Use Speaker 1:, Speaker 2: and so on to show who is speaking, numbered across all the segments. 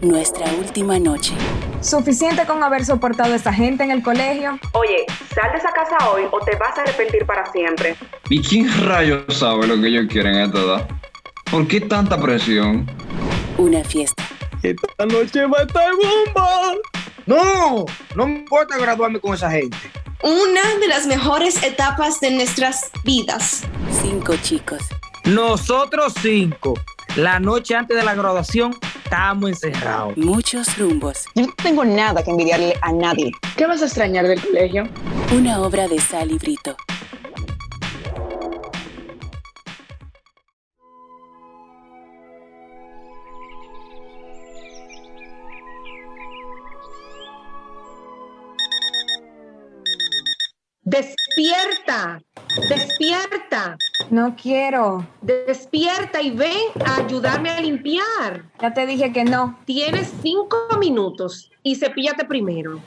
Speaker 1: Nuestra última noche.
Speaker 2: Suficiente con haber soportado a esta gente en el colegio.
Speaker 3: Oye, sal de esa casa hoy o te vas a arrepentir para siempre.
Speaker 4: ¿Y quién rayos sabe lo que ellos quieren a esta edad? ¿Por qué tanta presión?
Speaker 1: Una fiesta.
Speaker 5: Esta noche va a estar bomba.
Speaker 6: No, no me importa graduarme con esa gente.
Speaker 7: Una de las mejores etapas de nuestras vidas.
Speaker 1: Cinco chicos.
Speaker 8: Nosotros cinco. La noche antes de la graduación estamos encerrados.
Speaker 1: Muchos rumbos.
Speaker 9: Yo no tengo nada que envidiarle a nadie.
Speaker 10: ¿Qué vas a extrañar del colegio?
Speaker 1: Una obra de Sally Brito.
Speaker 11: Despierta, despierta.
Speaker 2: No quiero.
Speaker 11: Despierta y ven a ayudarme a limpiar.
Speaker 2: Ya te dije que no.
Speaker 11: Tienes cinco minutos y cepíllate primero.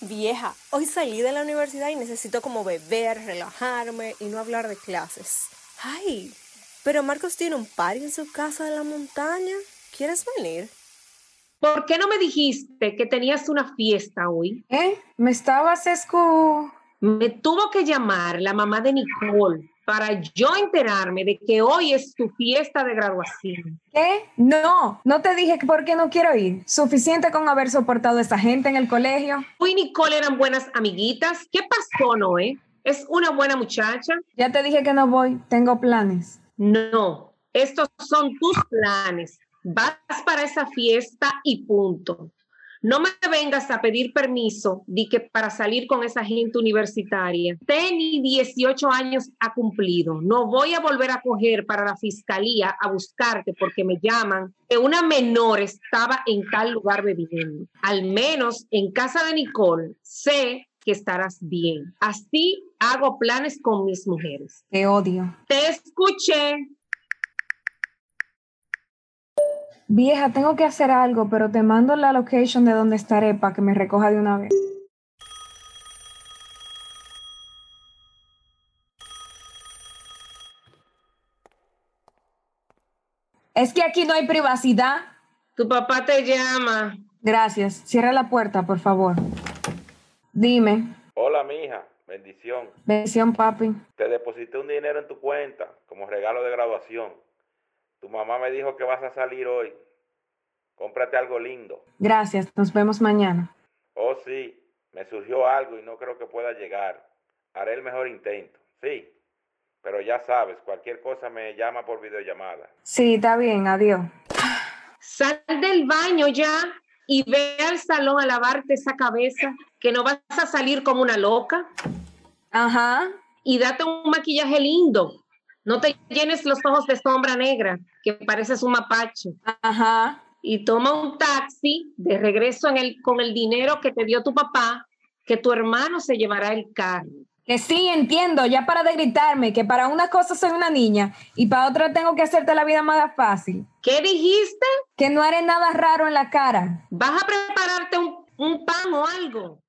Speaker 12: Vieja, hoy salí de la universidad y necesito como beber, relajarme y no hablar de clases. ¡Ay! Pero Marcos tiene un par en su casa de la montaña. ¿Quieres venir?
Speaker 11: ¿Por qué no me dijiste que tenías una fiesta hoy?
Speaker 2: ¿Eh? Me estabas escu...
Speaker 11: Me tuvo que llamar la mamá de Nicole para yo enterarme de que hoy es tu fiesta de graduación.
Speaker 2: ¿Qué? No, no te dije por qué no quiero ir. Suficiente con haber soportado a esta gente en el colegio.
Speaker 11: Tú y Nicole eran buenas amiguitas. ¿Qué pasó, Noé? ¿Es una buena muchacha?
Speaker 2: Ya te dije que no voy. Tengo planes.
Speaker 11: No, estos son tus planes. Vas para esa fiesta y punto. No me vengas a pedir permiso di que para salir con esa gente universitaria. Ten 18 años ha cumplido. No voy a volver a coger para la fiscalía a buscarte porque me llaman que una menor estaba en tal lugar bebiendo. Al menos en casa de Nicole sé que estarás bien. Así hago planes con mis mujeres.
Speaker 2: Te odio.
Speaker 11: Te escuché.
Speaker 2: Vieja, tengo que hacer algo, pero te mando la location de donde estaré para que me recoja de una vez. Es que aquí no hay privacidad.
Speaker 11: Tu papá te llama.
Speaker 2: Gracias. Cierra la puerta, por favor. Dime.
Speaker 13: Hola, mija. Bendición.
Speaker 2: Bendición, papi.
Speaker 13: Te deposité un dinero en tu cuenta como regalo de graduación. Tu mamá me dijo que vas a salir hoy. Cómprate algo lindo.
Speaker 2: Gracias. Nos vemos mañana.
Speaker 13: Oh, sí. Me surgió algo y no creo que pueda llegar. Haré el mejor intento. Sí. Pero ya sabes, cualquier cosa me llama por videollamada.
Speaker 2: Sí, está bien. Adiós.
Speaker 11: Sal del baño ya y ve al salón a lavarte esa cabeza, que no vas a salir como una loca.
Speaker 2: Ajá.
Speaker 11: Y date un maquillaje lindo. No te llenes los ojos de sombra negra, que pareces un mapache.
Speaker 2: Ajá.
Speaker 11: Y toma un taxi de regreso en el, con el dinero que te dio tu papá, que tu hermano se llevará el carro.
Speaker 2: Que sí, entiendo, ya para de gritarme, que para una cosa soy una niña y para otra tengo que hacerte la vida más fácil.
Speaker 11: ¿Qué dijiste?
Speaker 2: Que no haré nada raro en la cara.
Speaker 11: ¿Vas a prepararte un, un pan o algo?